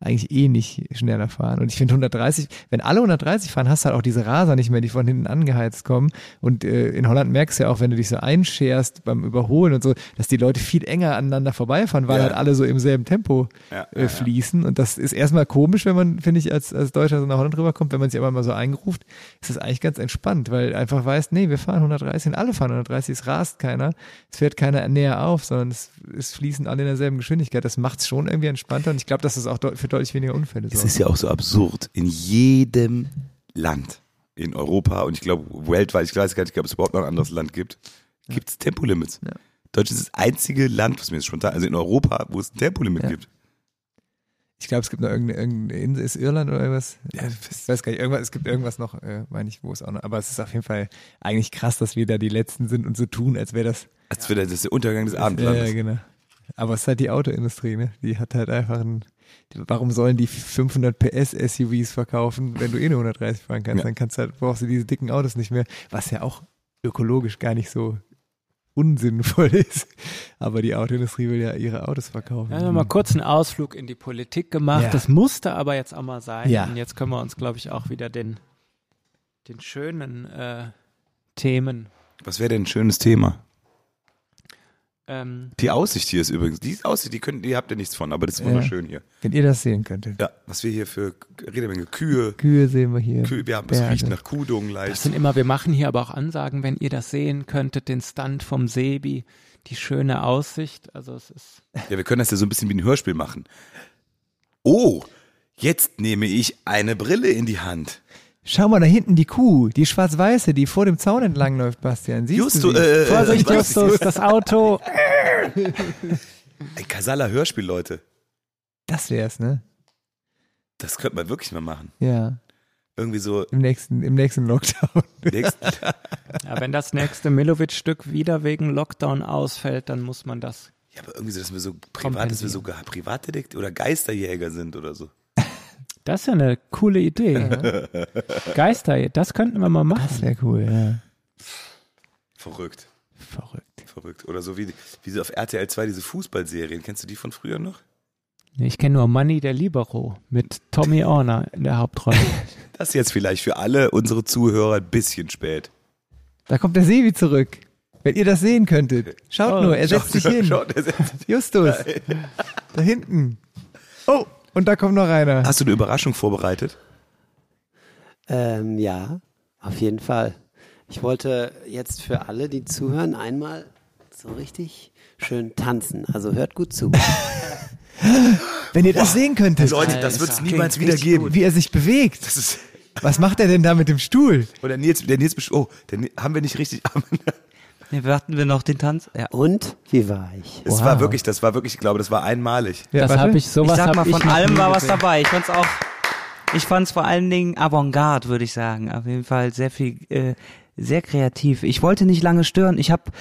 eigentlich eh nicht schneller fahren. Und ich finde 130, wenn alle 130 fahren, hast du halt auch diese Raser nicht mehr, die von hinten angeheizt kommen. Und äh, in Holland merkst du ja auch, wenn du dich so einscherst beim Überholen und so, dass die Leute viel enger aneinander vorbeifahren, weil
Ja.
halt alle so im selben Tempo
Ja,
äh, fließen. Und das ist erstmal komisch, wenn man, finde ich, als, als Deutscher so nach Holland rüberkommt, wenn man sich aber mal so eingeruft, ist es eigentlich ganz entspannt, weil einfach weiß, nee, wir fahren 130 und alle fahren 130, es rast keiner, es fährt keiner näher auf, sondern es, es fließen alle in derselben Geschwindigkeit. Das macht es schon irgendwie entspannter und ich glaube, dass das auch deu- für deutlich weniger Unfälle
Es
sorgt.
ist ja auch so absurd. In jedem Land in Europa und ich glaube weltweit, ich weiß gar nicht, ob es überhaupt noch ein anderes Land gibt, gibt es Tempolimits.
Ja.
Deutschland ist das einzige Land, was mir jetzt spontan, also in Europa, wo es ein Tempolimit
Ja.
gibt.
Ich glaube, es gibt noch irgendeine, irgendeine Insel, ist Irland oder irgendwas? Ja, ich weiß gar nicht, irgendwas, es gibt irgendwas noch, äh, meine ich, wo es auch noch, aber es ist auf jeden Fall eigentlich krass, dass wir da die Letzten sind und so tun, als wäre das,
Als wäre das der Untergang des
ja,
Abendlandes.
ja, genau. Aber es ist halt die Autoindustrie, ne? Die hat halt einfach ein, die- warum sollen die 500 PS SUVs verkaufen, wenn du eh nur 130 fahren kannst?
Ja.
Dann kannst du halt, brauchst du diese dicken Autos nicht mehr, was ja auch ökologisch gar nicht so unsinnvoll ist. Aber die Autoindustrie will ja ihre Autos verkaufen.
Wir haben ja mal kurz einen Ausflug in die Politik gemacht.
Ja.
Das musste aber jetzt auch mal sein.
Ja.
Und jetzt können wir uns, glaube ich, auch wieder den, den schönen äh, Themen.
Was wäre denn ein schönes Thema?
Ähm,
Die Aussicht hier ist übrigens, die Aussicht, die, könnt, die habt ihr nichts von, aber das ist wunderschön hier.
Wenn ihr das sehen könntet.
Ja, was wir hier für Redemenge, Kühe,
Kühe sehen wir hier.
Kühe, wir haben, es
Berge.
riecht nach Kuhdung leicht.
das sind immer, wir machen hier aber auch Ansagen, wenn ihr das sehen könntet, den Stunt vom Sebi, die schöne Aussicht. Also es ist.
Ja, wir können das ja so ein bisschen wie ein Hörspiel machen. Oh, jetzt nehme ich eine Brille in die Hand.
Schau mal da hinten die Kuh, die schwarz-weiße, die vor dem Zaun entlang läuft, Bastian. Siehst
Justo,
du sie?
äh,
Vorsicht,
was ist
Justus, das Auto.
Ein Kasala Hörspiel, Leute.
Das wär's, ne?
Das könnte man wirklich mal machen.
Ja.
Irgendwie so
Im nächsten, im nächsten Lockdown.
nächsten,
Ja, wenn das nächste Milovic-Stück wieder wegen Lockdown ausfällt, dann muss man das.
ja, aber irgendwie so, dass wir so privat, dass wir so ge- Privatdetektiv oder Geisterjäger sind oder so.
Das ist ja eine coole Idee. ne? Geister, das könnten wir mal machen.
Das wäre cool, ja.
Verrückt,
Verrückt.
verrückt. Oder so wie, wie so auf RTL 2 diese Fußballserien. Kennst du die von früher noch?
Ich kenne nur Money der Libero mit Tommy Orner in der Hauptrolle.
Das ist jetzt vielleicht für alle unsere Zuhörer ein bisschen spät.
Da kommt der Sebi zurück. Wenn ihr das sehen könntet. Schaut
Oh,
nur, er setzt sich hin.
Schaut, das ist-
Justus. Da hinten. Oh, und da kommt noch einer.
Hast du eine Überraschung vorbereitet?
Ähm, ja, auf jeden Fall. Ich wollte jetzt für alle, die zuhören, einmal so richtig schön tanzen. Also hört gut zu.
Wenn ihr das sehen könntet.
Leute, das wird's niemals wieder geben.
Wie er sich bewegt.
Das ist,
Was macht er denn da mit dem Stuhl?
oder Nils, der Nils, besch- oh, der, Nils- haben wir nicht richtig,
Warten wir noch den Tanz? Ja.
Und wie war ich?
es war wirklich, das war wirklich, ich glaube, das war einmalig.
Ja,
das
warte.
habe ich
Ich
sowas
sag
hab
mal, von
ich noch
allem
nie
war was
gesehen.
dabei. Ich fand's auch, ich fand's vor allen Dingen Avantgarde, würde ich sagen. Auf jeden Fall sehr viel, äh, sehr kreativ. Ich wollte nicht lange stören. Ich hab,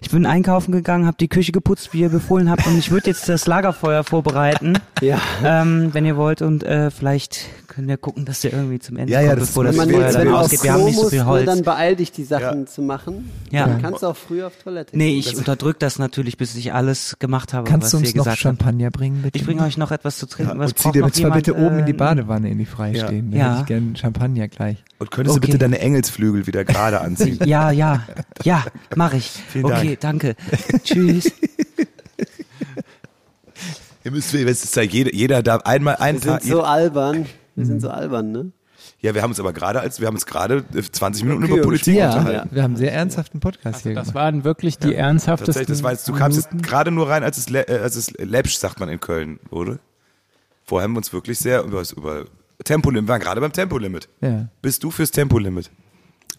ich bin einkaufen gegangen, habe die Küche geputzt, wie ihr befohlen habt, und ich würde jetzt das Lagerfeuer vorbereiten,
Ja.
ähm, wenn ihr wollt. Und äh, vielleicht können wir gucken, dass ihr irgendwie zum Ende
Ja, ja,
kommt,
das-
bevor das
wenn
Wenn man
will,
Feuer
jetzt,
dann
wenn
dann
du
auch
aufs
ausgeht. Wir
Klo
haben nicht so
musst,
viel
ne,
Holz.
dann beeil dich, die Sachen
Ja.
zu machen.
Ja.
Dann kannst du auch früh auf Toilette.
Nee, ich unterdrück das natürlich, bis ich alles gemacht habe,
Kannst
was
du
ihr
uns noch
gesagt habt.
Champagner bringen, bitte?
Ich bringe euch noch etwas zu trinken.
Ja,
was
und zieh
braucht
dir
noch
Und zwar
jemand,
bitte oben in die
äh,
Badewanne, in die freistehende.
Ja.
Da hätte ich gerne Champagner gleich.
Und könntest du
Okay.
bitte deine Engelsflügel wieder gerade anziehen?
Ja, ja, ja, mache ich.
Dank.
okay, danke. Tschüss.
Ihr müsst, es ist ja jeder, jeder darf einmal, ein
Wir sind
Tag,
so albern. Wir sind so
Mhm.
albern, ne?
ja, wir haben uns aber gerade als, wir haben uns gerade äh, 20 Minuten
Okay,
über
und
Politik
ja.
unterhalten.
wir haben einen sehr ernsthaften Podcast hier
Also
Das
gemacht.
waren wirklich die ernsthaftesten.
Tatsächlich, das war jetzt, du kamst jetzt gerade nur rein, als es, lä- äh, als es läppsch, sagt man in Köln, oder? Vorher haben wir uns wirklich sehr über, über Tempolimit, wir waren gerade beim Tempolimit.
Ja.
Bist du fürs Tempolimit?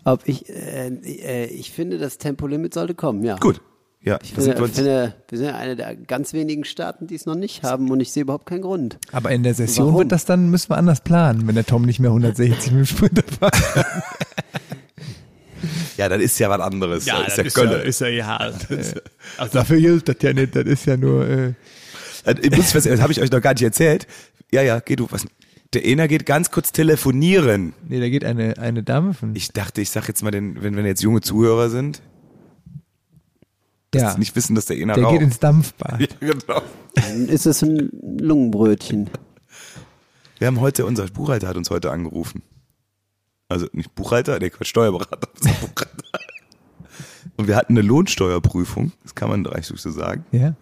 Ob ich, äh, äh, ich finde, das Tempolimit sollte kommen, ja.
Gut. Ja,
Ich
da sind
finde,
wir
wir,
uns-
finde, wir sind ja einer der ganz wenigen Staaten, die es noch nicht haben und ich sehe überhaupt keinen Grund.
Aber in der Session
Warum?
wird das dann, müssen wir anders planen, wenn der Tom nicht mehr 160 mit dem Sprinter fährt.
ja, dann ist ja was anderes. Ja, ist ja Gölle.
ja, Also dafür gilt das ja nicht, das ist ja nur, äh,
Das, ich muss was- das habe ich euch noch gar nicht erzählt. Ja, ja, geh du. Was? Der Ena geht ganz kurz telefonieren.
nee, da geht eine, eine Dame von.
Ich dachte, ich sag jetzt mal, den, wenn, wenn jetzt junge Zuhörer sind, dass
ja,
sie nicht wissen, dass der Ena
der
raucht.
geht ins Dampfbad.
ja, genau.
Dann ist es ein Lungenbrötchen.
Wir haben heute, unser Buchhalter hat uns heute angerufen. Also nicht Buchhalter, der Quatsch, Steuerberater. sondern Buchhalter. Und wir hatten eine Lohnsteuerprüfung, das kann man eigentlich so sagen.
Ja.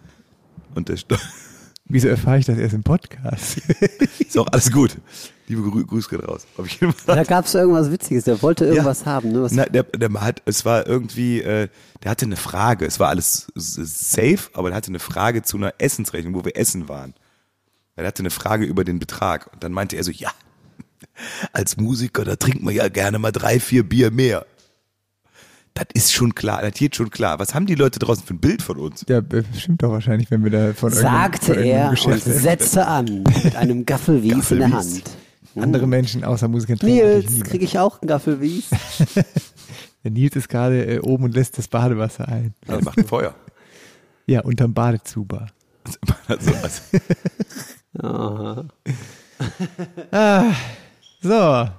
Und der Steu
Wieso erfahre ich das erst im Podcast?
ist auch alles gut. Liebe Grü Grüße geht raus. Auf jeden Fall.
Da gab es irgendwas Witziges, der wollte irgendwas
Ja.
haben. Ne? Was,
Na, der, der hat, es war irgendwie, äh, der hatte eine Frage. Es war alles s- safe, aber der hatte eine Frage zu einer Essensrechnung, wo wir essen waren. Er hatte eine Frage über den Betrag. Und dann meinte er so, ja, als Musiker, da trinkt man ja gerne mal drei, vier Bier mehr. das ist schon klar, das geht schon klar. Was haben die Leute draußen für ein Bild von uns?
Ja, äh, stimmt doch wahrscheinlich, wenn wir da von
sagte
irgendeinem, von irgendeinem
er und
Geschäft
setzte an mit einem Gaffelwies, in der
Gaffelwies.
Hand.
andere Menschen außer Musikern trinken natürlich
Nils,
niemand.
krieg ich auch einen Gaffelwies?
Der Nils ist gerade äh, oben und lässt das Badewasser ein.
Ja, macht ein Feuer.
Ja, unterm Badezuber.
Also, also,
Aha.
Ah, so.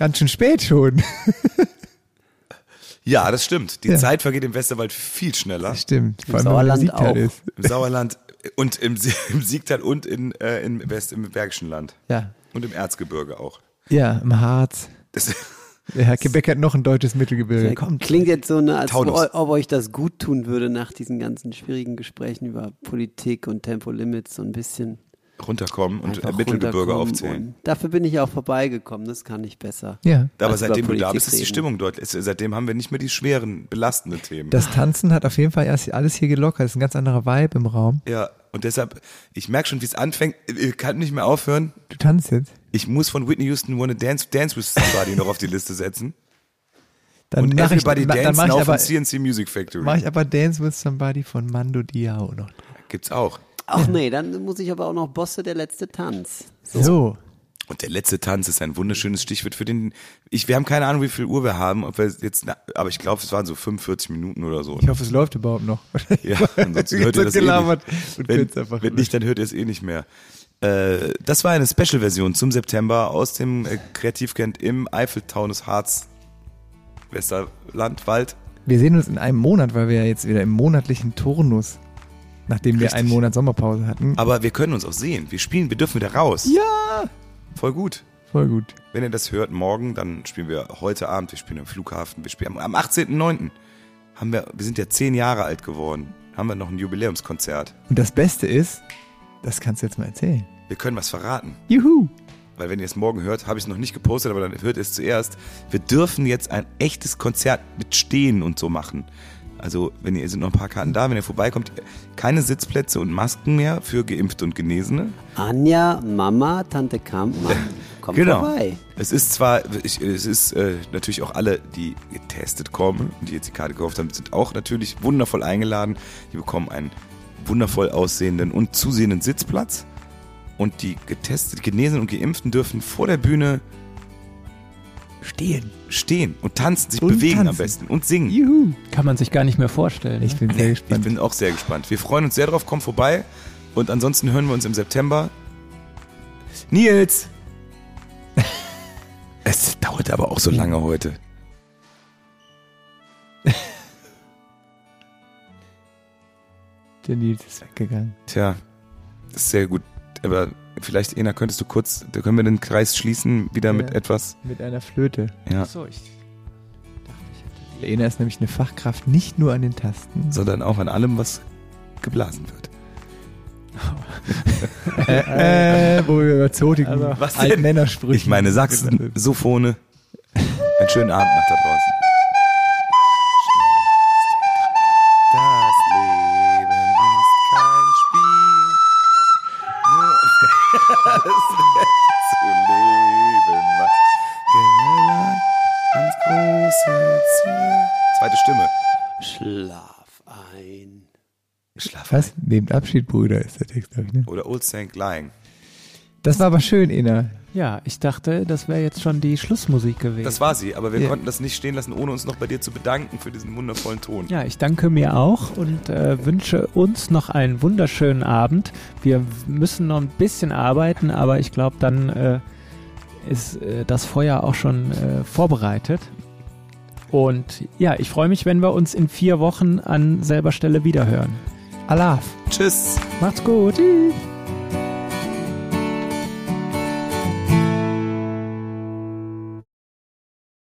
Ganz schön spät schon.
ja, das stimmt. Die
Ja.
Zeit vergeht im Westerwald viel schneller.
Das stimmt. Vor allem,
Im
wenn man
Sauerland
besiegt halt
auch.
ist.
Im Sauerland und im, Sie- im Siegtal und in, äh, in West, im Bergischen Land.
Ja.
Und im Erzgebirge auch.
Ja, im Harz.
Das,
Ja, Quebec hat noch ein deutsches Mittelgebirge.
Kommt. Klingt jetzt so, ne, als
Taunus.
ob, ob euch das gut tun würde nach diesen ganzen schwierigen Gesprächen über Politik und Tempolimits so ein bisschen.
runterkommen und äh,
einfach
Mittelgebirge
runterkommen
aufzählen.
und- Dafür bin ich auch vorbeigekommen, das kann ich besser.
Ja.
Aber
Also über
seitdem du da
Politik
bist, ist die
reden.
Stimmung deutlich. ist- Seitdem haben wir nicht mehr die schweren, belastenden Themen.
Das Tanzen hat auf jeden Fall erst alles hier gelockert. Das ist ein ganz anderer Vibe im Raum.
ja, und deshalb, ich merke schon, wie es anfängt. Ich kann nicht mehr aufhören.
Du tanzt jetzt.
Ich muss von Whitney Houston Wanna Dance, Dance with Somebody noch auf die Liste setzen.
Dann
und
mach ich,
Everybody
ma- dann
Dance
mach ich
Now
aber,
von CNC Music Factory.
mach ich aber Dance with Somebody von Mando Diao noch.
Gibt's auch.
Ach nee, dann muss ich aber auch noch Bosse, der letzte Tanz.
So.
Und der letzte Tanz ist ein wunderschönes Stichwort für den. Ich, wir haben keine Ahnung, wie viel Uhr wir haben, ob wir jetzt, na, aber ich glaube, es waren so 45 Minuten oder so.
Ich hoffe, es läuft überhaupt noch.
Ja, ansonsten hört ihr das eh
gelabert
nicht.
und
Wenn,
könnt's einfach
wenn nicht, dann hört ihr es eh nicht mehr. Äh, das war eine Special-Version zum September aus dem äh, Kreativcamp im Eiffeltaunus Harz Westerlandwald.
Wir sehen uns in einem Monat, weil wir ja jetzt wieder im monatlichen Turnus, nachdem wir
Richtig.
einen Monat Sommerpause hatten.
Aber wir können uns auch sehen. Wir spielen, wir dürfen wieder raus.
Ja!
Voll gut.
Voll gut.
Wenn ihr das hört morgen, dann spielen wir heute Abend, wir spielen am Flughafen, wir spielen am, am 18.09. Haben wir, wir sind ja zehn Jahre alt geworden. Haben wir noch ein Jubiläumskonzert.
Und das Beste ist, das kannst du jetzt mal erzählen.
Wir können was verraten.
Juhu!
weil wenn ihr es morgen hört, habe ich es noch nicht gepostet, aber dann hört ihr es zuerst. Wir dürfen jetzt ein echtes Konzert mit Stehen und so machen. Also, wenn ihr, sind noch ein paar Karten da, wenn ihr vorbeikommt, keine Sitzplätze und Masken mehr für Geimpfte und Genesene.
Anja, Mama, Tante Kampmann, kommt
Genau.
vorbei.
Es ist zwar, ich, es ist äh, natürlich auch alle, die getestet kommen und die jetzt die Karte gekauft haben, sind auch natürlich wundervoll eingeladen. Die bekommen einen wundervoll aussehenden und zusehenden Sitzplatz. Und die getestet, Genesenen und Geimpften dürfen vor der Bühne
Stehen!
stehen und tanzen, sich
Und
bewegen am
tanzen.
besten und singen.
Juhu!
Kann man sich gar nicht mehr vorstellen.
Ich
ne?
bin sehr
Ich
gespannt.
bin auch sehr gespannt. Wir freuen uns sehr drauf, komm vorbei. Und ansonsten hören wir uns im September. Nils! Es dauert aber auch so lange heute.
Der Nils ist weggegangen.
Tja, das ist sehr gut. Aber vielleicht, Ena, könntest du kurz, da können wir den Kreis schließen, wieder mit
Ja.
etwas.
Mit einer Flöte.
Ja.
Achso, ich dachte, ich hätte
Lena ist nämlich eine Fachkraft nicht nur an den Tasten,
Sondern auch an allem, was geblasen wird.
äh, äh, wo wir über zotigen
Also,
was denn?
alten Männer sprechen.
Ich meine, Sachsen, Sophone. Einen schönen Abend nach da draußen. Das Leben ist kein Spiel. Nur das Recht zu leben macht Gehör ans große Ziel. Zweite Stimme.
Schlaf ein.
Schlaf.
Was? Nehmt Abschied, Brüder, ist der Text, glaube ich, ne?
Oder Old Saint Lying.
Das war aber schön, Ina.
Ja, ich dachte, das wäre jetzt schon die Schlussmusik gewesen.
Das war sie, aber wir
Ja.
konnten das nicht stehen lassen, ohne uns noch bei dir zu bedanken für diesen wundervollen Ton.
ja, ich danke mir auch und äh, wünsche uns noch einen wunderschönen Abend. Wir müssen noch ein bisschen arbeiten, aber ich glaube, dann äh, ist äh, das Feuer auch schon äh, vorbereitet. Und ja, ich freue mich, wenn wir uns in vier Wochen an selber Stelle wiederhören.
Alaf.
Tschüss.
Macht's gut. Tschüss.